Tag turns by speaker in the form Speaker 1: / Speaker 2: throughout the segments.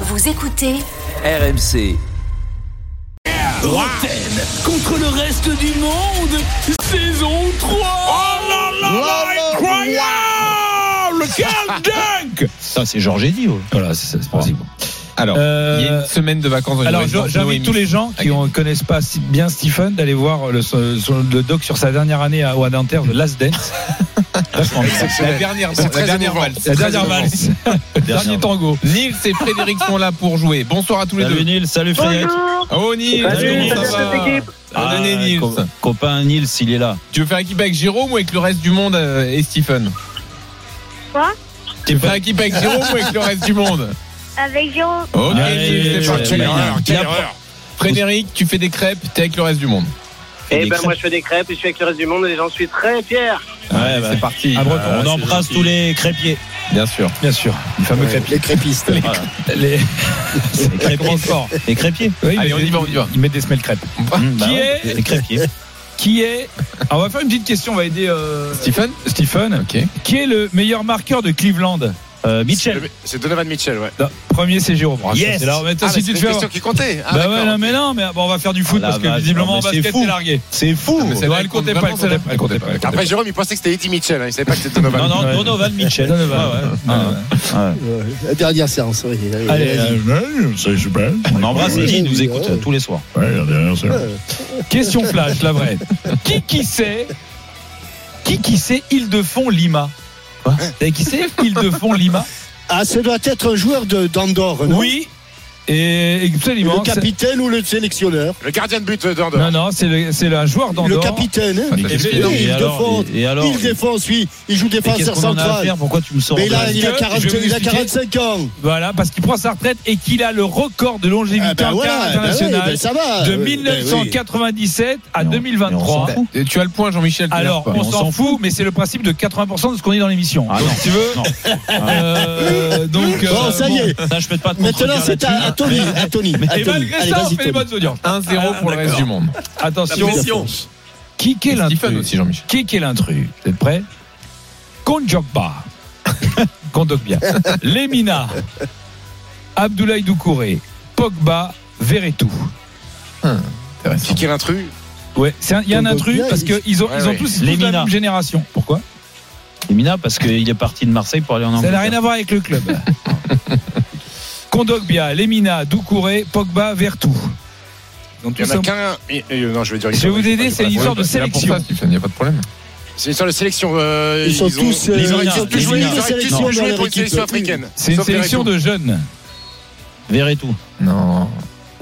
Speaker 1: Vous écoutez
Speaker 2: RMC.
Speaker 3: Rotten contre le reste du monde, saison 3 Oh là là incroyable Quel dunk
Speaker 4: Ça, c'est Georges Eddy. ouais.
Speaker 5: Voilà, c'est c'est possible.
Speaker 4: Alors,
Speaker 5: Euh,
Speaker 4: il y a une euh, semaine de vacances dans une
Speaker 5: Alors, je-
Speaker 4: résidence
Speaker 5: j'invite
Speaker 4: Noémie.
Speaker 5: tous les gens qui ne connaissent pas si bien Stephen d'aller voir le, son- son- le doc sur sa dernière année à, à Nanterre, The Last Dance. Vachement bien.
Speaker 4: La dernière,
Speaker 6: C'est
Speaker 4: la
Speaker 6: très
Speaker 4: dernière
Speaker 6: émouvant.
Speaker 4: valse.
Speaker 5: La
Speaker 4: Très
Speaker 5: dernière
Speaker 4: émouvant.
Speaker 5: valse, le dernier tango.
Speaker 4: Nils et Frédéric sont là pour jouer. Bonsoir à tous les deux.
Speaker 7: Nils, salut Frédéric.
Speaker 4: Oh Nils,
Speaker 7: Salut,
Speaker 4: comment
Speaker 7: salut
Speaker 4: ça
Speaker 7: à
Speaker 4: va
Speaker 7: toute l'équipe.
Speaker 4: Ah, Donnez, Nils.
Speaker 7: com- euh, copain Nils, il est là.
Speaker 4: Tu veux faire équipe avec Jérôme ou avec le reste du monde euh, et Stephen
Speaker 8: Quoi
Speaker 4: Tu veux faire équipe avec Jérôme ou avec le reste du monde
Speaker 8: Avec Jérôme.
Speaker 4: Ok,
Speaker 7: Allez,
Speaker 4: Nils, c'est
Speaker 7: ouais,
Speaker 4: parti.
Speaker 6: Quelle
Speaker 7: ouais.
Speaker 6: erreur,
Speaker 7: Il
Speaker 6: quelle
Speaker 7: a-
Speaker 6: erreur
Speaker 4: Frédéric, tu fais des crêpes, t'es avec le reste du monde.
Speaker 9: Eh ben moi je fais des crêpes et je suis avec le reste du monde et j'en suis très fier.
Speaker 7: Ouais, bah,
Speaker 4: C'est parti.
Speaker 5: À Breton.
Speaker 7: on embrasse tous les crépiers.
Speaker 4: Ah Bien sûr.
Speaker 5: Bien sûr, les fameux crêpiers.
Speaker 6: Les crépistes.
Speaker 5: Les...
Speaker 7: Les crépiers.
Speaker 5: commence fort.
Speaker 7: Les crépiers.
Speaker 5: Oui, ils
Speaker 4: Allez,
Speaker 5: mettent
Speaker 4: on y
Speaker 5: des-
Speaker 4: va, on y va.
Speaker 5: Ils mettent des smells crêpes.
Speaker 7: Mmh, bah
Speaker 5: Qui
Speaker 7: ouais,
Speaker 5: est-
Speaker 7: Les crépiers.
Speaker 5: Qui est. Alors, on va faire une petite question, on va aider euh,
Speaker 4: Stephen
Speaker 5: Stephen.
Speaker 4: Ok.
Speaker 5: Qui est le meilleur marqueur de Cleveland
Speaker 7: Euh, Mitchell.
Speaker 6: C'est Donovan Mitchell, ouais.
Speaker 5: Non, Premier, c'est Jérôme. Ah, ça,
Speaker 7: Yes.
Speaker 5: c'est là, mais attends,
Speaker 6: Ah,
Speaker 5: si
Speaker 6: mais
Speaker 5: tu
Speaker 6: c'est
Speaker 5: te
Speaker 6: une
Speaker 5: fais avoir-
Speaker 6: question qui comptait. Ah,
Speaker 5: bah
Speaker 6: d'accord.
Speaker 5: ouais, non, mais non, mais bon, on va faire du foot
Speaker 7: Ah,
Speaker 5: parce
Speaker 7: la
Speaker 5: que
Speaker 7: vache,
Speaker 5: visiblement
Speaker 7: non,
Speaker 5: en
Speaker 7: mais c'est
Speaker 5: basket,
Speaker 7: fou.
Speaker 5: c'est largué.
Speaker 7: C'est fou.
Speaker 4: mais c'est-
Speaker 5: Non, elle comptait pas, elle comptait pas, elle comptait pas. elle comptait
Speaker 6: Après Jérôme il pensait que c'était Eddie Mitchell, hein. il savait pas que c'était Donovan.
Speaker 7: Non, non,
Speaker 5: Ouais.
Speaker 7: Donovan Mitchell.
Speaker 5: pas. Ouais,
Speaker 7: Ah,
Speaker 5: ouais.
Speaker 7: ouais.
Speaker 9: La Euh, dernière séance, oui.
Speaker 5: Allez,
Speaker 7: Allez,
Speaker 5: euh,
Speaker 7: On embrasse
Speaker 9: Ouais.
Speaker 7: Eddy, il nous écoute euh, tous les soirs.
Speaker 5: question flash, la vraie. Qui qui sait Qui qui sait Île-de-Fond Lima Vous savez Qui sait Île-de-Fond Lima
Speaker 9: Ah ça doit être un joueur de d'Andorre, non
Speaker 5: Oui, et
Speaker 9: Le
Speaker 5: absolument. c'est-
Speaker 9: capitaine ou le sélectionneur
Speaker 6: Le gardien de but
Speaker 5: Non,
Speaker 6: d'Andorre.
Speaker 5: non, c'est le- c'est le- un joueur
Speaker 9: Le
Speaker 5: d'Andorre.
Speaker 9: capitaine. hein.
Speaker 7: Ah, Mais qu'est-ce
Speaker 9: Oui,
Speaker 7: que-
Speaker 9: il
Speaker 7: et alors,
Speaker 9: défend.
Speaker 7: et- et alors,
Speaker 9: il défense, oui. Il joue
Speaker 7: et qu'est-ce
Speaker 9: défenseur
Speaker 7: qu'on en a à
Speaker 9: central.
Speaker 7: faire Pourquoi tu me sors
Speaker 9: Mais
Speaker 7: de
Speaker 9: là,
Speaker 7: la-
Speaker 9: il a, 40
Speaker 5: Je vais vous
Speaker 9: il a
Speaker 5: expliquer.
Speaker 9: 45 ans.
Speaker 5: Voilà, parce qu'il prend sa retraite et qu'il a le record de longévité
Speaker 9: Ah, ben
Speaker 5: en carrière
Speaker 9: voilà, ben oui,
Speaker 5: internationale
Speaker 9: ben ça va.
Speaker 5: de
Speaker 9: Euh, ben oui.
Speaker 5: 1997 à
Speaker 7: Mais on- mais on
Speaker 5: 2023.
Speaker 7: s'en fout.
Speaker 4: Et Tu as le point, Jean-Michel. tu
Speaker 5: Alors,
Speaker 4: l'as pas.
Speaker 5: on s'en fout, mais c'est le principe de 80% de ce qu'on dit dans l'émission.
Speaker 7: Ah non.
Speaker 5: Si tu veux.
Speaker 7: Non.
Speaker 5: Euh, donc, euh,
Speaker 9: Bon, ça y est.
Speaker 7: Ça, je peux pas te
Speaker 9: Maintenant,
Speaker 7: contredire
Speaker 9: c'est à, à
Speaker 7: là-dessus.
Speaker 9: Tony. À Tony. à
Speaker 5: Et
Speaker 9: Tony.
Speaker 5: malgré
Speaker 9: Allez,
Speaker 5: ça, on fait
Speaker 9: vas-y,
Speaker 5: les
Speaker 9: Tony.
Speaker 5: bonnes audiences.
Speaker 4: 1-0 pour le reste du monde.
Speaker 5: Attention. Qui, qui est
Speaker 4: Stephen
Speaker 5: l'intrus
Speaker 4: aussi, Jean-Michel.
Speaker 5: Qui, qui est l'intrus Vous êtes prêts Konjogba. Condoc bien. Lemina. Abdoulaye Doucouré. Pogba. Verretou.
Speaker 6: C'est qui l'intrus
Speaker 5: Ouais, c'est un- il y a un intrus
Speaker 9: Kondogbia,
Speaker 5: parce
Speaker 9: il-
Speaker 5: qu'ils ont,
Speaker 6: Ouais,
Speaker 5: ils ont
Speaker 6: ouais.
Speaker 5: tous, tous la
Speaker 7: Lemina.
Speaker 5: même génération. Pourquoi
Speaker 7: Mina, parce qu'il est parti de Marseille pour aller en
Speaker 5: Ça
Speaker 7: Angleterre.
Speaker 5: n'a rien à voir avec le club. Kondogbia, Lemina, Doucouré, Pogba, Vertou. Ils ont
Speaker 6: Il
Speaker 5: tous
Speaker 6: y en
Speaker 5: un-
Speaker 6: a qu'un. et- et- Non, je vais dire.
Speaker 5: Je vais vous aider, c'est une histoire de
Speaker 4: C'est là pour
Speaker 5: sélection.
Speaker 4: ça, Stephen, y a pas de problème.
Speaker 6: C'est une histoire de sélection. euh,
Speaker 9: Ils sont
Speaker 6: ont-
Speaker 9: tous, euh,
Speaker 6: Ils auraient
Speaker 7: il y a
Speaker 6: tous
Speaker 7: des
Speaker 6: pu jouer.
Speaker 7: milliers de
Speaker 6: Ils auraient tous
Speaker 9: sélections
Speaker 6: pu jouer
Speaker 9: dans
Speaker 6: pour
Speaker 9: leur
Speaker 6: une sélection
Speaker 9: équipe.
Speaker 6: africaine.
Speaker 5: C'est une
Speaker 6: Sauf les
Speaker 5: sélection
Speaker 6: Rayons.
Speaker 5: de jeunes.
Speaker 7: Verretou.
Speaker 4: Non.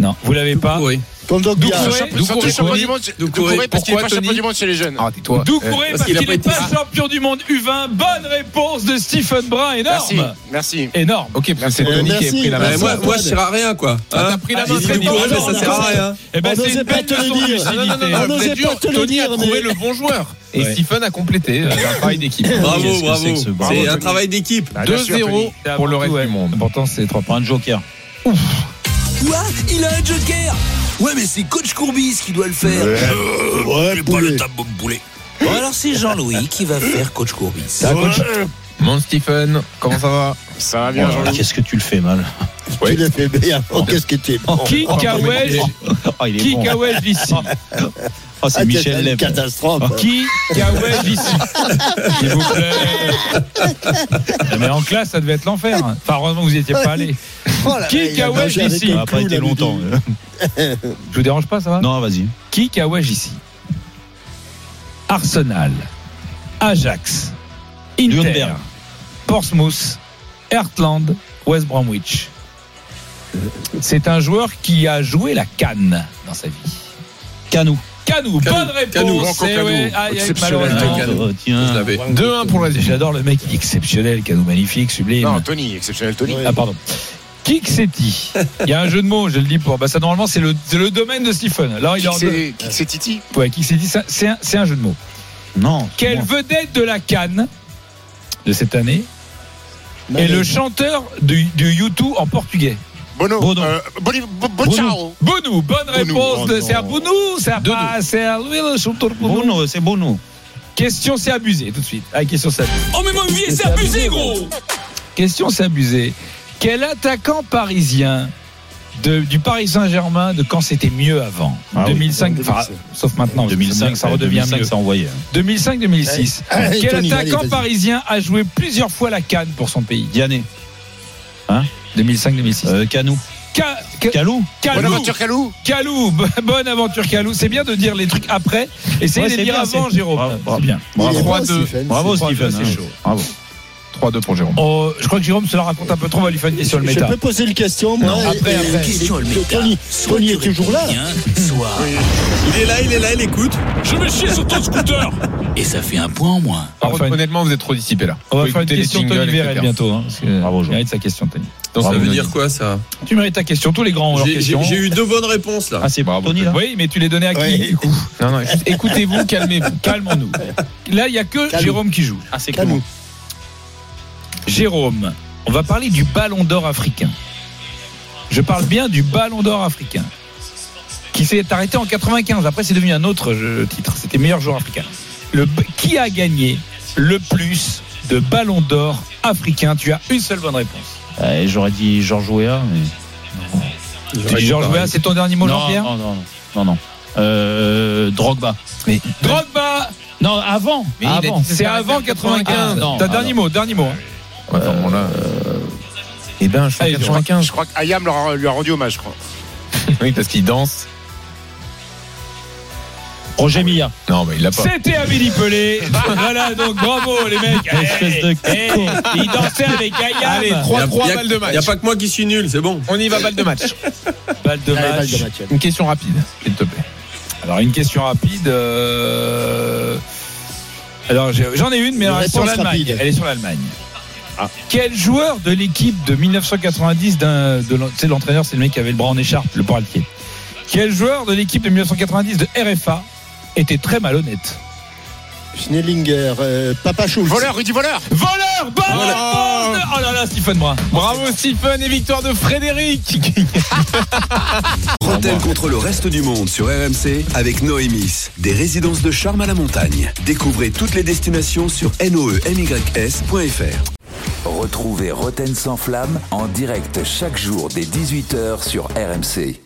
Speaker 5: Non, vous l'avez pas.
Speaker 9: Kondogbia.
Speaker 5: Doucouré,
Speaker 6: Ils sont tous champions du monde. Doucouré parce qu'il est
Speaker 4: Pourquoi,
Speaker 6: pas champion
Speaker 4: Tony
Speaker 6: du monde chez les jeunes.
Speaker 4: Ah, tais-toi.
Speaker 5: Doucouré parce qu'il
Speaker 6: a
Speaker 5: n'est pas champion du monde U20. Bonne réponse de Stephen Brun,
Speaker 6: Merci,
Speaker 5: énorme.
Speaker 6: merci.
Speaker 5: Énorme.
Speaker 4: Ok, parce que c'est
Speaker 9: Euh,
Speaker 4: Tony qui a
Speaker 9: merci,
Speaker 4: pris la main.
Speaker 9: merci.
Speaker 3: moi, moi, je sers à rien, quoi.
Speaker 4: Ah,
Speaker 3: Hein
Speaker 4: t'as pris la main,
Speaker 5: Ah,
Speaker 3: Il
Speaker 4: Fred,
Speaker 3: dit
Speaker 5: Freddy,
Speaker 3: Doucouré,
Speaker 5: pardon,
Speaker 3: mais ça sert à rien.
Speaker 5: Eh ben,
Speaker 9: On
Speaker 5: c'est
Speaker 9: n'osait
Speaker 5: une
Speaker 9: pas
Speaker 5: belle
Speaker 9: te le
Speaker 5: leçon de
Speaker 9: dire.
Speaker 5: lucidité.
Speaker 3: Ah,
Speaker 9: On n'osait
Speaker 4: Fred,
Speaker 9: pas te le
Speaker 4: Tony a
Speaker 9: dire,
Speaker 4: trouvé
Speaker 9: mais-
Speaker 4: le bon joueur. Et
Speaker 7: Ouais.
Speaker 4: Stephen a complété euh, un travail d'équipe.
Speaker 3: Bravo,
Speaker 7: Qu'est-ce que c'est
Speaker 3: bravo.
Speaker 7: que ce bordel
Speaker 3: C'est un
Speaker 6: Tony.
Speaker 3: travail d'équipe.
Speaker 6: Ah, bien sûr,
Speaker 4: 2-0
Speaker 6: Tony.
Speaker 4: pour le reste du monde.
Speaker 5: Pourtant, c'est trois
Speaker 7: Prends un joker.
Speaker 3: Quoi Il a un joker Ouais, mais c'est Coach Courbis qui doit le faire.
Speaker 9: Ouais, poulet.
Speaker 3: alors c'est Jean-Louis qui va faire Coach Courbis.
Speaker 6: Ah,
Speaker 9: T'as un coach-
Speaker 4: Mon Stephen, comment ça va
Speaker 6: Ça va bien,
Speaker 7: Oh,
Speaker 6: Jean-Louis.
Speaker 7: Qu'est-ce que tu le fais mal
Speaker 9: Tu l'as fait bien. Oh, qu'est-ce que t'es bon.
Speaker 5: Qui Kawaj
Speaker 7: Ah, oh, il est
Speaker 5: Qui
Speaker 7: bon.
Speaker 5: Kawaj ici
Speaker 7: Ah,
Speaker 9: Ah,
Speaker 7: c'est
Speaker 9: t'es
Speaker 7: Michel
Speaker 9: une
Speaker 7: Leb. Oh.
Speaker 9: catastrophe.
Speaker 5: Qui Kawaj ici S'il vous plaît. Mais en classe, ça devait être l'enfer. hein. Enfin, heureusement, vous n'y étiez pas allé.
Speaker 9: Oh là
Speaker 5: Qui
Speaker 9: là, il a
Speaker 5: Kawhi
Speaker 9: mangé avec
Speaker 5: ici
Speaker 9: le
Speaker 7: Ça n'a pas
Speaker 9: clou,
Speaker 7: été
Speaker 9: là,
Speaker 7: longtemps.
Speaker 9: lui.
Speaker 5: Je vous dérange pas, ça va
Speaker 7: Non, vas-y.
Speaker 5: Qui Kawaj ici Arsenal, Ajax, Inter,
Speaker 7: Nuremberg.
Speaker 5: Portsmouth, Heartland, West Bromwich. C'est un joueur qui a joué la canne dans sa vie.
Speaker 7: Canou.
Speaker 5: Canou, bonne réponse.
Speaker 3: Canou,
Speaker 6: Branco
Speaker 5: Eh
Speaker 6: Canou,
Speaker 5: ouais, ah, il y a eu
Speaker 6: exceptionnel.
Speaker 5: malheureusement.
Speaker 3: Canou.
Speaker 7: Oh,
Speaker 3: Je
Speaker 7: tiens.
Speaker 3: l'avais.
Speaker 4: 2-1 pour le reste du monde.
Speaker 5: J'adore le mec exceptionnel, Canou magnifique, sublime.
Speaker 6: Non, Tony, exceptionnel Tony.
Speaker 5: Ah pardon. Kiksetti. Il y a un jeu de mots, je le dis pour. Bah ça normalement c'est le, c'est le domaine de Stephen. Là il est
Speaker 6: Qui
Speaker 5: en
Speaker 6: que
Speaker 5: deux.
Speaker 6: c'est- qui que c'est Titi
Speaker 5: Ouais, Kiksetti, ça, c'est un, c'est un jeu de mots.
Speaker 7: Non.
Speaker 5: Quelle vedette de la Cannes de cette année est le chanteur du, du U2 en portugais
Speaker 6: Bono.
Speaker 5: Bono.
Speaker 6: euh, Boni- Bo- Boncharo.
Speaker 5: Bounou, bonne réponse.
Speaker 6: oh
Speaker 5: de-
Speaker 6: non.
Speaker 5: c'est à Bounou, c'est à,
Speaker 4: Bounou.
Speaker 5: pas- c'est à Louis le chanteur Bounou.
Speaker 7: Bono, c'est Bono.
Speaker 5: Question c'est abusé tout de suite. Ah, question c'est abusé.
Speaker 3: Oh, mais mon vieil, c'est abusé, gros
Speaker 5: Question c'est abusé. Quel attaquant parisien de- du Paris Saint-Germain de quand c'était mieux avant
Speaker 7: Ah oui,
Speaker 5: 2005, enfin,
Speaker 1: 2005.
Speaker 5: sauf maintenant,
Speaker 7: 2005,
Speaker 5: ça redevient mieux.
Speaker 7: ça envoyait. hein.
Speaker 5: 2005-2006.
Speaker 1: Allez,
Speaker 5: Quel
Speaker 1: Tony, allez,
Speaker 5: attaquant
Speaker 1: vas-y.
Speaker 5: parisien a joué plusieurs fois la canne pour son pays
Speaker 7: Diané,
Speaker 5: 2005-2006.
Speaker 7: euh, Canou,
Speaker 5: Ca- Ca-
Speaker 7: Calou.
Speaker 5: Calou,
Speaker 6: Bonne aventure, Calou.
Speaker 5: Calou, bonne aventure Calou. C'est bien de dire les trucs après. Essayez
Speaker 7: Ouais,
Speaker 5: de
Speaker 7: c'est
Speaker 5: les dire
Speaker 7: bien,
Speaker 5: avant,
Speaker 7: c'est-
Speaker 5: Jérôme.
Speaker 7: Bravo, bravo.
Speaker 5: C'est bien.
Speaker 1: Il est
Speaker 4: Bravo.
Speaker 1: bon,
Speaker 4: 3-2.
Speaker 1: Stephen.
Speaker 7: Bravo, Stephen.
Speaker 4: c'est
Speaker 7: hein.
Speaker 4: chaud. Bravo. 3-2 pour Jérôme.
Speaker 5: Oh, je crois que Jérôme se la raconte un peu trop. On va lui faire une question le
Speaker 1: Je
Speaker 5: méta.
Speaker 1: peux poser une question, moi.
Speaker 3: Non,
Speaker 1: et-
Speaker 5: après,
Speaker 1: et-
Speaker 5: après.
Speaker 1: et-
Speaker 3: Question le méta.
Speaker 1: Tony,
Speaker 3: Soit
Speaker 1: Tony
Speaker 3: tu
Speaker 1: est toujours là.
Speaker 3: réponds bien, soit.
Speaker 2: Il est là, il est là, il écoute. Je vais chier sur ton scooter.
Speaker 3: Et ça fait un point en moins.
Speaker 5: On
Speaker 4: Par
Speaker 5: va
Speaker 4: contre,
Speaker 5: faire une,
Speaker 4: honnêtement, vous êtes trop dissipé là.
Speaker 5: on va
Speaker 4: Faut
Speaker 5: faire une
Speaker 4: écouter les
Speaker 5: question Tony
Speaker 4: jingles,
Speaker 5: Vérel
Speaker 4: etc.
Speaker 5: bientôt. hein, parce que
Speaker 7: Bravo,
Speaker 5: il
Speaker 7: Jean.
Speaker 5: mérite sa question, Tony.
Speaker 4: Donc,
Speaker 2: Ça
Speaker 4: c'est
Speaker 2: veut
Speaker 4: une-
Speaker 2: dire quoi ça
Speaker 5: Tu mérites ta question. Tous les grands ont leur
Speaker 2: J'ai
Speaker 5: question.
Speaker 2: j'ai- j'ai eu deux bonnes réponses là.
Speaker 7: Ah, c'est
Speaker 4: Bravo.
Speaker 7: Tony, là
Speaker 5: Oui, mais tu les donnais à qui
Speaker 1: Ouais.
Speaker 5: du coup
Speaker 4: Non, non, juste
Speaker 5: Écoutez-vous, calmez-vous, calmons-nous. Là, il n'y a que
Speaker 1: Calme.
Speaker 5: Jérôme qui joue.
Speaker 7: Ah, c'est
Speaker 3: hein.
Speaker 1: Camus.
Speaker 5: Jérôme, on va parler du ballon d'or africain. Je parle bien du ballon d'or africain. Qui s'est arrêté en 95. Après, c'est devenu un autre euh, titre. C'était meilleur joueur africain. Le, qui a gagné le plus de ballons d'or africains Tu as une seule bonne réponse.
Speaker 7: Ouais, Euh, J'aurais dit Georges Ouéa. Mais...
Speaker 5: Tu dis Georges Weah, c'est ton dernier mot,
Speaker 7: Non,
Speaker 5: Jean-Pierre
Speaker 7: non, non, non, non, non. Euh, Drogba.
Speaker 5: Drogba
Speaker 7: Non, avant.
Speaker 4: Mais il a
Speaker 7: avant.
Speaker 4: dit
Speaker 5: C'est avant 95.
Speaker 7: Ah, non,
Speaker 5: T'as
Speaker 7: ah,
Speaker 5: dernier mot, dernier mot. hein.
Speaker 4: Ouais, enfin, bon, là. Eh ben, je crois
Speaker 5: Allez,
Speaker 4: 95.
Speaker 6: Je crois qu'Ayam leur a- lui a rendu hommage, je crois.
Speaker 4: Oui, parce qu'il danse.
Speaker 7: Roger Milla.
Speaker 4: Non, mais il l'a pas.
Speaker 5: C'était Amélie Pelé. voilà, donc bravo les mecs.
Speaker 7: Espèce de
Speaker 5: Hey,
Speaker 7: con.
Speaker 5: il dansait avec Ayam.
Speaker 4: Allez,
Speaker 2: Il y a-
Speaker 4: 3-3
Speaker 2: il y a-
Speaker 4: balles de
Speaker 2: Il n'y a
Speaker 4: match.
Speaker 2: pas que moi qui suis nul, c'est bon.
Speaker 4: On y va, balle de match.
Speaker 5: balle de
Speaker 1: Allez, balle
Speaker 5: match.
Speaker 1: de match, allez.
Speaker 4: Une question rapide, s'il te plaît.
Speaker 5: Alors une question rapide. euh, Alors j'ai- j'en ai une, Ah. mais
Speaker 1: Une
Speaker 5: elle est sur
Speaker 1: réponse
Speaker 5: l'Allemagne.
Speaker 1: rapide.
Speaker 5: Elle est sur l'Allemagne. Quel joueur de l'équipe de 1990 d'un- de l'en- tu sais, l'entraîneur, c'est le mec qui avait le bras en écharpe, le portier. Quel joueur de l'équipe de 1990 de RFA était très malhonnête
Speaker 1: Schnellinger, euh, Papa Schulz.
Speaker 6: Voleur, Rudy Voleur.
Speaker 5: Voleur, bonne
Speaker 4: Oh
Speaker 5: réponse Oh là là, Stephen Brun.
Speaker 4: Bravo, Stephen, et victoire de Frédéric.
Speaker 3: Rotel contre le reste du monde sur RMC avec Noémis. Des résidences de charme à la montagne. Découvrez toutes les destinations sur E noemys.fr.
Speaker 10: Retrouvez Roten sans flamme en direct chaque jour dès 18h sur RMC.